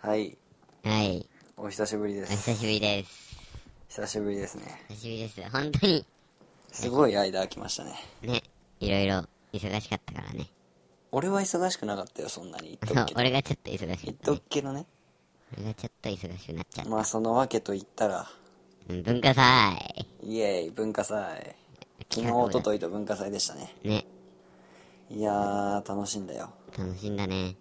はい。はい。お久しぶりでおす。 久しぶりです。久しぶりですね。久しぶりです。本当に、すごい間空きましたね。ね、いろいろ忙しかったからね。俺は忙しくなかったよ、そんなに。言っとくけど。 俺がちょっと忙 し言くっなとっくけどね。俺がちょっと忙しくなっちゃった。まあ、そのわけと言ったら、うん文化祭イエーイ、文化祭。昨日、一昨日と文化祭でしたね。ね、いやー、楽しん だよ。楽しんだね。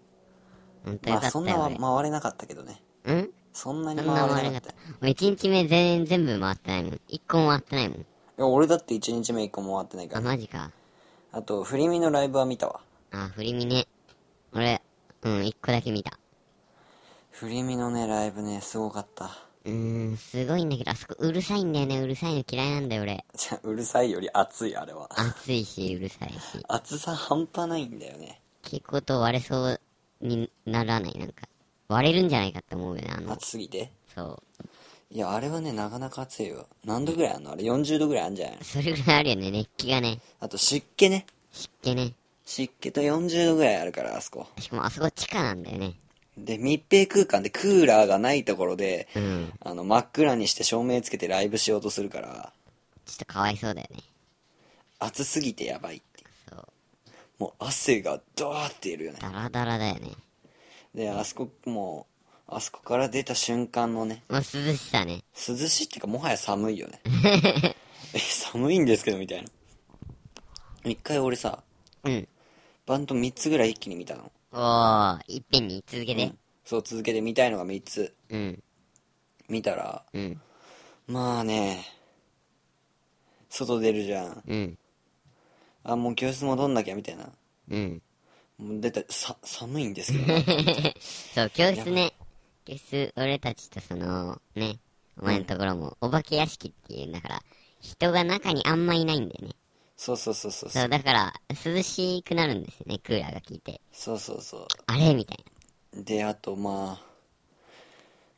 本当まよかあ、ったそんよな、は俺。回れなかったけどね。うんそんなにそんな回回れれななかかっ。ったたい。もう一日目全全部回ってないもん。一個も回ってないもん。や、俺だって1日目1個も回ってないかあ、ら。マジか。あと、振り身のライブは見たわ。あ、振り身ね。俺、うん、一個だけ見た。振り身のね、ライブね、すごかった。 うーん、すごいんだけど、あそこうるさいんだよね。うるさいの嫌いなんだよ、俺。じゃあうるさいより熱い、あれは。暑いし、うるさいし。厚さ半端ないんだよね結構と割れそうにならない、なんか。割れるんじゃないかって思うよね、あの、熱すぎてそ。いやあれはねなかなか熱いよ何度ぐらいあんのあれ40度ぐらいあんじゃないうのそれぐらいあるよね、熱気がね。あと湿気ね湿気ね。湿気と40度ぐらいあるからあそこしかもあそこ地下なんだよね。で密閉空間でクーラーがないところで、うん。あの真っ暗にして照明つけてライブしようとするからちょっとかわいそうだよね。暑すぎてやばいってそう。もう汗がドワーっているよねダラダラだよね。であそこもうあそこから出た瞬間のねもう涼しさね。涼しいっていうかもはや寒いよ ねえ寒いんですけどみたいな一回俺さうん。バンド3つぐらい一気に見たの、おー、いっぺんに続けうてん。そう続けて見たいのが3つうん。見たらうん。まあね外出るじゃんうん。あもう教室戻んなきゃみたいなうん。もう出たさ寒いんですけど ねそう、教室ね。教室、俺たちとその、ね、お前のところも、お化け屋敷っていうんだから、人が中にあんまいないんだよね。そうそうそうそうそそうう、だから、涼しくなるんですよね、クーラーが効いて。そうそうそあれみたいな。うであとまあ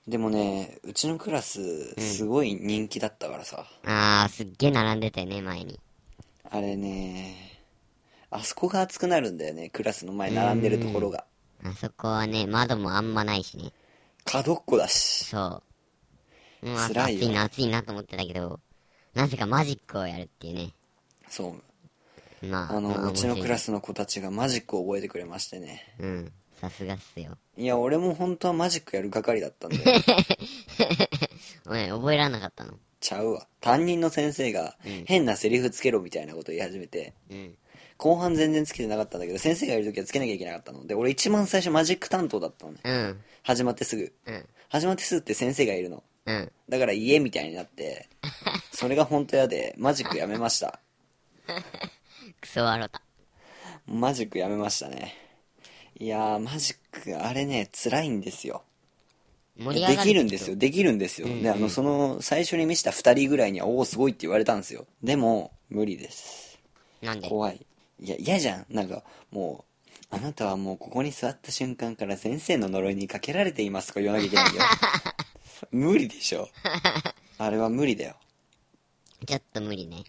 でもねうちのクラスすごい人気だったからさ、あー、すっげえ並んでたよね、前に。あれねあそこが熱くなるんだよねクラスの前並んでるところがあそこはね、窓もあんまないしね。角っこだしそう。もうあ辛いよ暑いな、暑いなと思ってたけど、なぜかマジックをやるっていうね。そうまあ、あまの、うちのクラス。スの子たちがマジックを覚えてくれましてね。うん、さすがっすよ。いや、俺も本当はマジックやる係だったんだよ。 お前、覚えらんなかったのちゃうわ。担任の先生が変なセリフつけろみたいなこと言い始めて、うん。後半全然つけてなかったんだけど、先生がいる時はつけなきゃいけなかったので、俺一番最初マジック担当だったのね。うん、始まってすぐ。うん、始まってすぐって先生がいるの。うん。だから家みたいにな って、それが本当嫌で、マジックやめました。クソ笑った。マジックやめましたね。いやー、マジック、あれね、辛いんですよ。盛り上でがる。きるんですよ。できるんですよ。で、あの、その、最初に見せた二人ぐらいには、おお、すごいって言われたんですよ。でも、無理です。なんで怖い。いや、嫌じゃん。なんか、もう、あなたはもうここに座った瞬間から先生の呪いにかけられていますとか言わなきゃいけないんだ よ。無理でしょ。あれは無理だよ。ちょっと無理ね。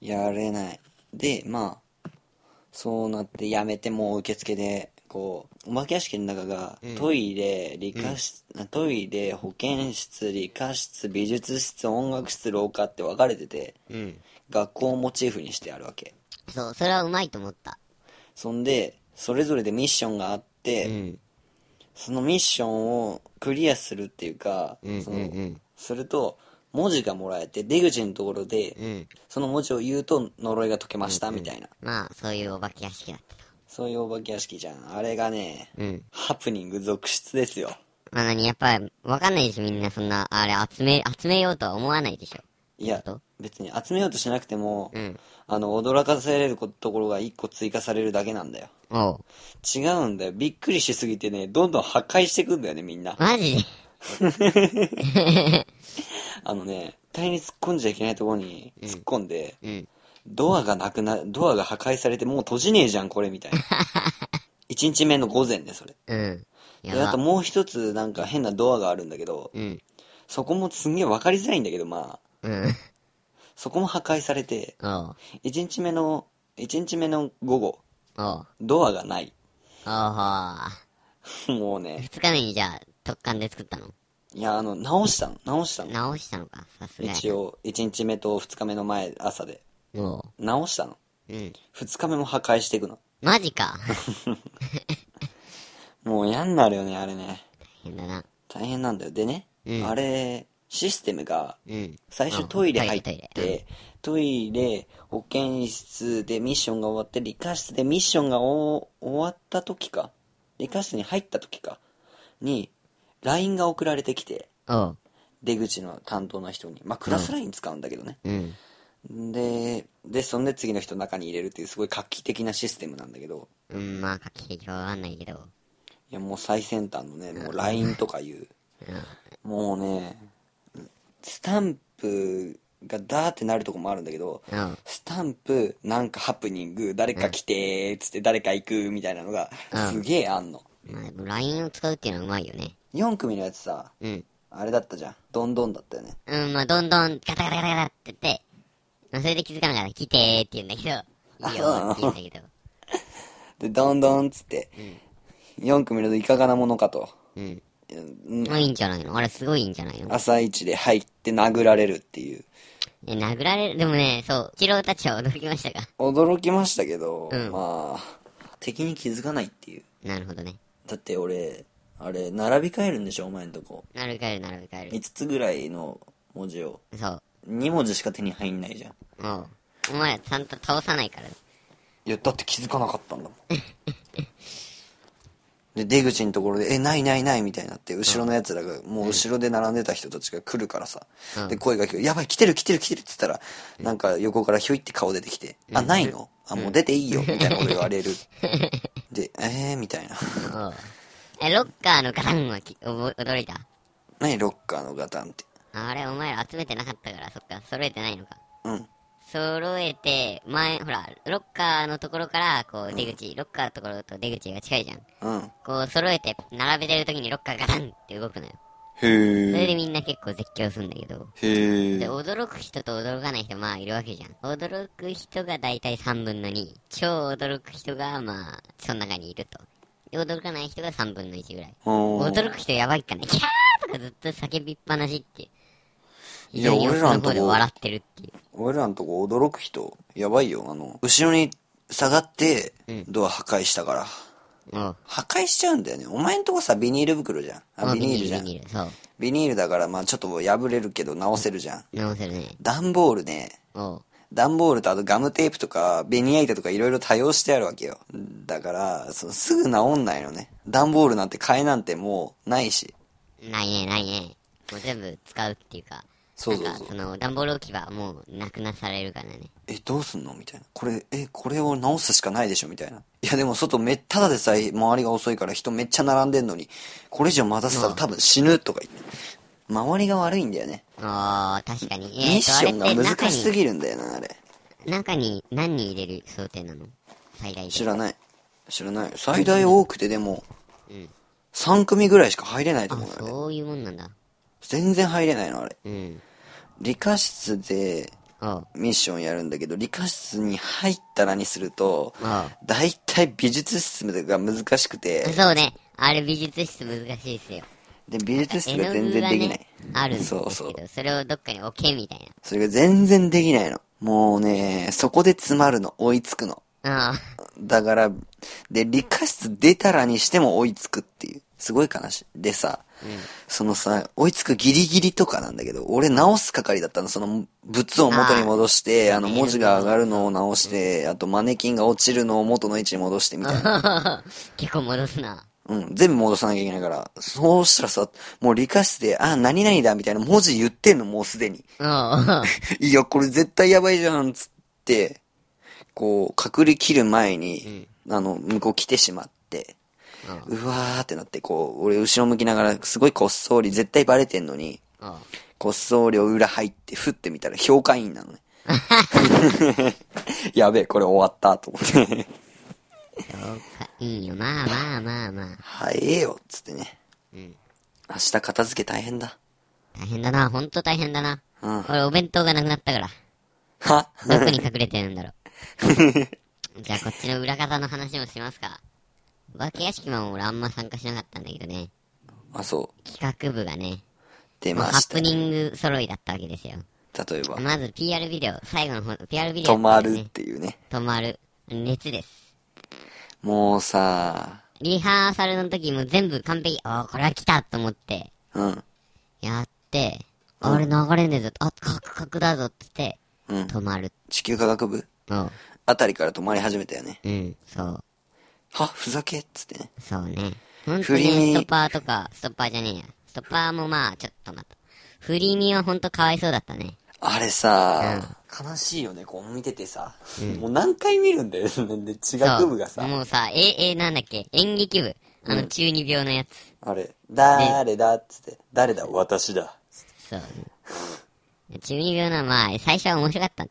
やれない。で、まあ、そうなってやめて、もう受付で、こう、お化け屋敷の中が、トイレ、理科室、あトイレ、保健室、理科室、美術室、音楽室、廊下って分かれてて、うん。学校をモチーフにしてあるわけ。そう、それはうまいと思った。そんで、それぞれでミッションがあって、うん。そのミッションをクリアするっていうか、うんそうんうのん。すると、文字がもらえて、出口のところで、うん。その文字を言うと呪いが解けました、みたいな。まあ、そういうお化け屋敷だったと。そういうお化け屋敷じゃん。あれがね、うん。ハプニング続出ですよ。まあ何、やっぱ、わかんないでしょ、みんなそんな、あれ、集め、集めようとは思わないでしょ。いや本、別に集めようとしなくても、うん。あの、驚かせれることころが一個追加されるだけなんだよ。おう。違うんだよ。びっくりしすぎてね、どんどん破壊してくんだよね、みんな。マジであのね、絶対に突っ込んじゃいけないところに突っ込んで、うん。ドアがなくな、ドアが破壊されてもう閉じねえじゃん、これ、みたい な。1日目の午前ね、それ。うん。で、あやとば。もう一つなんか変なドアがあるんだけど、うん。そこもすんげえ分かりづらいんだけど、まあ、うん。そこも破壊されて、おう。 1日目の、一日目の午後、おう。ドアがない。 おうほう。もうね、二日目にじゃあ、特感で作ったのいや、あの、直したの、直したの。直したのか、さすがや一応、1日目と2日目の前、朝で。お直したの。ううん。 2日目も破壊していくの。マジか。 もう嫌になるよね、あれね。変だな。大変なんだよ。でね、うんあれ、システムが、うん。最うん初トイレ入っトイてレ、トイレトイレ、保健室でミッションが終わって、理科室でミッションがお終わった時か、理科室に入った時か、に、LINE が送られてきて、おう。出口の担当の人に。まあ、クラス LINE 使うんだけどね。うん。で、で、そんで次の人の中に入れるっていう、すごい画期的なシステムなんだけど、うん、まあ、画期的かわかんないけど。いや、もう最先端のね、もう LINE とかいう、もうね、スタンプがダーってなるとこもあるんだけど、うん。おう。スタンプ、なんかハプニング、誰か来てーっつって誰か行くみたいなのがうん、すげえあんの。まあ、でも LINE を使うっていうのはうまいよね。 4組のやつさ、うん。あれだったじゃん。どんどんだったよね。うん、まあ、どんどん、ガタガタガタガタって言って、まあ、それで気づかなかった。来てーって言うんだけど、いいよって言うんだけど。で、どんどんっつって、4組のいかがなものかと。うん。うんもういいんじゃないのあれすごいいいんじゃないの朝一で入って殴られるっていう。え、殴られる、でもね、そう、一郎たちは驚きましたが。驚きましたけど、うんまあ、敵に気づかないっていう。なるほどね。だって俺、あれ、並び替えるんでしょ、お前んとこ。なるかえる、なるかえ5つぐらいの文字を。る。そ2文字しか手に入んないじゃん。う。もう、お前らちゃんと倒さないから。いや、だって気づかなかったんだもん。で、出口のところで、え、ないないないみたいになって、後ろの奴らが、もう後ろで並んでた人たちが来るからさ、うんで、声が聞こえやばい、来てる来てる来てるって言ったら、なんか横からひょいって顔出てきて、あ、ないのあ、もう出ていいよ、みたいな俺言われ る。で、えー、みたいな。おう。え、ロッカーのガタンはきおぼ驚いた。何ロッカーのガタンって。あれ、お前ら集めてなかったから、そっか、揃えてないのか。うん。揃えて、前、ほら、ロッカーのところから、こう、出口、ロッカーのところと出口が近いじゃん。うん。こう、揃えて、並べてる時にロッカーガタンって動くのよ。それへでー。みんな結構絶叫するんだけど。へで、ー。驚く人と驚かない人、まあ、いるわけじゃん。驚く人が大体3分の2。超驚く人が、まあ、その中にいると。で、驚かない人が3分の1ぐらい。おー驚く人やばいからね。キャーとかずっと叫びっぱなしっていう。非いや常に俺ら奥のとのこ方で笑ってるっていう。俺らのとこ驚く人、やばいよ。あの、後ろに下がって、ドア破壊したから。おう破壊しちゃうんだよね。お前んとこさ、ビニール袋じゃん。まあ、あビニールじゃん。ビビニニール、そう。ールだから、まあちょっと破れるけど直せるじゃん。直せるね。段ボールね。おう。段ボールとあとガムテープとか、ベニヤ板とかいろいろ多用してあるわけよ。だから、そのすぐ直んないのね。段ボールなんて替えなんてもうないし。ないね、ないね。もう全部使うっていうか。そうそうなんそうか、その、段ボール置き場もうなくなされるからね。え、どうすんのみたいな。これ、え、これを直すしかないでしょみたいな。いやでも外め、ただでさえ周りが遅いから人めっちゃ並んでんのに、これ以上待たせたら多分死ぬとか言って。周りが悪いんだよね。おー、確かに。えーとミッションがあれって中難しにすぎるんだよな、あれ。中に何人入れる想定なの最大で。知らない。知らない。最大多くてでも、うん3組ぐらいしか入れないとあ思う、のよね。そういうもんなんだ。全然入れないの、あれ。うん。理科室でおう。ミッションやるんだけど、理科室に入ったらにすると、あだいたい美術室が難しくて、そうね。あれ美術室難しいっすよ。で、美術室絵がの全具が然できない。ね、あるんですけそうど、そそうれをどっかに置けみたいそれが全然できないの。もうね、そこで詰まるの、追いつくの。な。あだから、で、理科室出たらにしても追いつくっていう。すごい悲しい。でさ、そのさ、追いつくギリギリとかなんだけど、俺直す係だったの。その、物を元に戻して、あの、文字が上がるのを直して、あとマネキンが落ちるのを元の位置に戻してみたいな。あ。 結構戻すな。うん、全部戻さなきゃいけないから、そうしたらさ、もう理科室で、あ、何々だみたいな文字言ってんの、もうすでに。おう。 いや、これ絶対やばいじゃん、つって、こう、隠れ切る前に、あの、向こう来てしまって、うわーってなって、こう、俺後ろ向きながら、すごいこっそり、絶対バレてんのに、おう。こっそり裏入って、ふってみたら、評価員な のね。やべえ、これ終わった、と思って。そうか、いいよ。まあまあまあまあ。早えよ、つってね。うん。明日片付け大変だ。大変だな。ほんと大変だな。うん。俺、お弁当がなくなっ たから。はどこに隠れてるんだろ う。じゃあ、こっちの裏方の話もしますか。お化け屋敷マンも俺あんま参加しなかったんだけどね。あ、そう。企画部がね、出もうまハしたプ。ニング揃いだったわけですよ。例えば、まず PR ビデオ、最後の方、PR ビデオ、止まるっ。ていうね。止まる。熱です。もうさ、リハーサルの時も全部完璧。ああ、これは来たと思って、うん、やって、あれ流れねえぞ。あ、カクカクだぞって言って、うん。止まる。地球科学部おう。あたりから止まり始めたよね。うん、そう。は、ふざけっつってね。そうね。本当振り身にストッパーとか、ストッパーじゃねえや。ストッパーもまあ、ちょっと待った。振り身は本当かわいそうだったね。あれさ、悲しいよね、こう見ててさ。もう何回見るんだよ、 で、地学部がそうさ、もうさ、え、え、なんだっけ、演劇部。あの、中二病のやつ。あれ、誰だっつって、誰だ、私だ。そう。中二病のはまあ、最初は面白かった。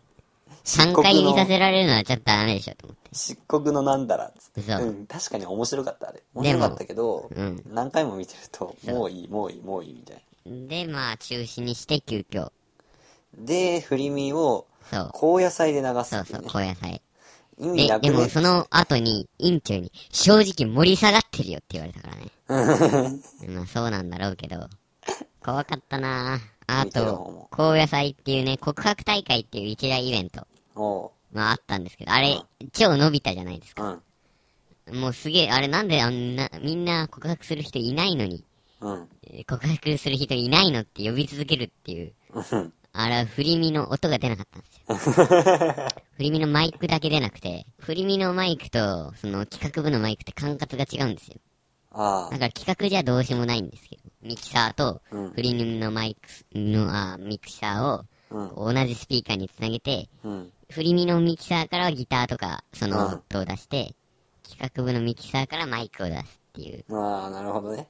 漆3黒回見さの、せられるのはちょっとダメでしょ、と思って。漆黒のなんだらっつって。そううん、確かに面白かった、あれ。面白かったけど、うん何回も見てると、もういい、もういい、もういい、みたいな。で、まあ、中止にして、急遽。で、振り身を、そう。高野菜で流すそっうていそうう、ね。高野菜。意味で、なくでもね。その後に、院長に、正直盛り下がってるよって言われたからね。まあそうなんだろうけど、怖かったなああ見てる方もと、高野祭っていうね、告白大会っていう一大イベント、おうまああったんですけど、あれ、超伸びたじゃないですうか。ん、もうすげえ、あれなんであんな、みんな告白する人いないのに、うん、えー告白する人いないのって呼び続けるっていう、うん。あれは振り身の音が出なかったんですよ。 振り身のマイクだけ出なくて、振り身のマイクと、その企画部のマイクって管轄が違うんですよ。あだから企画じゃどうしようもないんですけど、ミキサーとうんフリーミのマイクスの、あミキサあ、うんー、を同じスピーカーにつなげて、うん。フリミのミキサーからはギターとか、そのうん音を出して、企画部のミキサーからマイクを出すっていああ、なるほどね。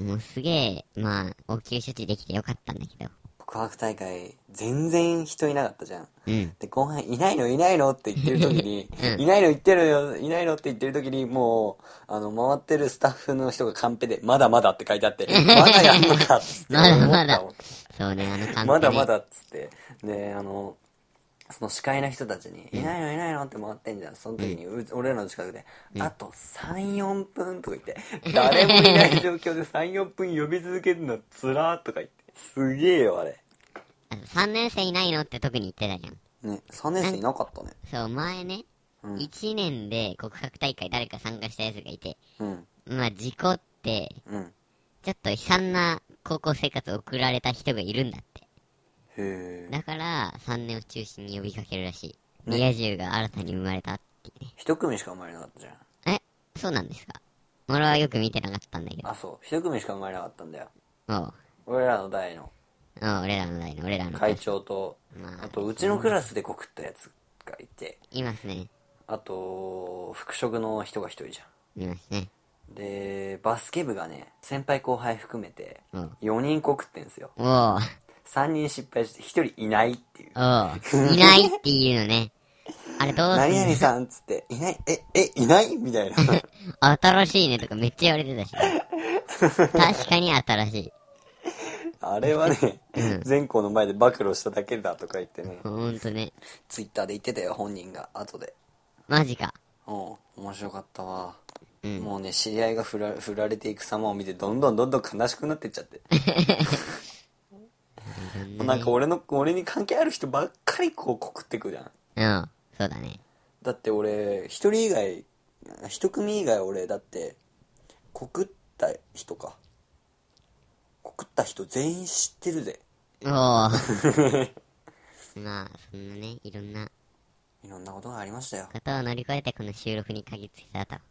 う、もうすげえ、まあ、応急処置できてよかったんだけど、告白大会、全然人いなかったじゃん。うん。で、後半、いないのいないのって言ってる時 に、うんいないの言ってるよ、いないのって言ってる時に、もう、あの、回ってるスタッフの人がカンペで、まだまだって書いてあって、まだやんのかっつって。まだまだ思ったそうね、あのカンペで。まだまだっつって。で、あの、その司会の人たちに、いないのいないのって回ってんじゃん。その時に、う俺らの近くで、あと3、4分とか言って、誰もいない状況で3、4分呼び続けるのつらーとか言って、すげえよ、あれ。あと3年生いないのって特に言ってたじゃん。ね、3年生いなかったね。そう、前ね、うん1年で告白大会誰か参加したやつがいて、うん、まあ、事故って、うん。ちょっと悲惨な高校生活を送られた人がいるんだって。へえ。だから、3年を中心に呼びかけるらしい。ねリア充が新たに生まれたっていうね。一組しか生まれなかったじゃん。えそうなんですか俺はよく見てなかったんだけど。あ、そう。一組しか生まれなかったんだよ。おう。俺らの代のおう、俺らの代の、俺らの代会。長と、まああ、と、うちのクラスで告ったやつがいて、いますね。あと、服飾の人が一人じゃん。いますね。でバスケ部がね先輩後輩含めてうん4人告ってんですよおう。 3人失敗して1人いないっていうおう。いないっていうのね。あれど「うすん何の々さん」っつって「いないええいない?」みた いな新しいねとかめっちゃ言われてたしね。確かに新しい。あれはね全校の前で暴露しただけだとか言ってねほんとね。ツイッターで言ってたよ本人が後でマジか。うん面白かったわうんもうね知り合いが振ら振られていく様を見てどんどんどんどん悲しくなってっちゃって もうなんか俺の俺に関係ある人ばっかりこう告ってくじゃんうん。そうだね。だって俺一人以外一組以外俺だって告った人か告った人全員知ってるぜおお。まあ、そんなね、いろんないろんなことがありましたよことを乗り越えてこの収録に限りつけたと。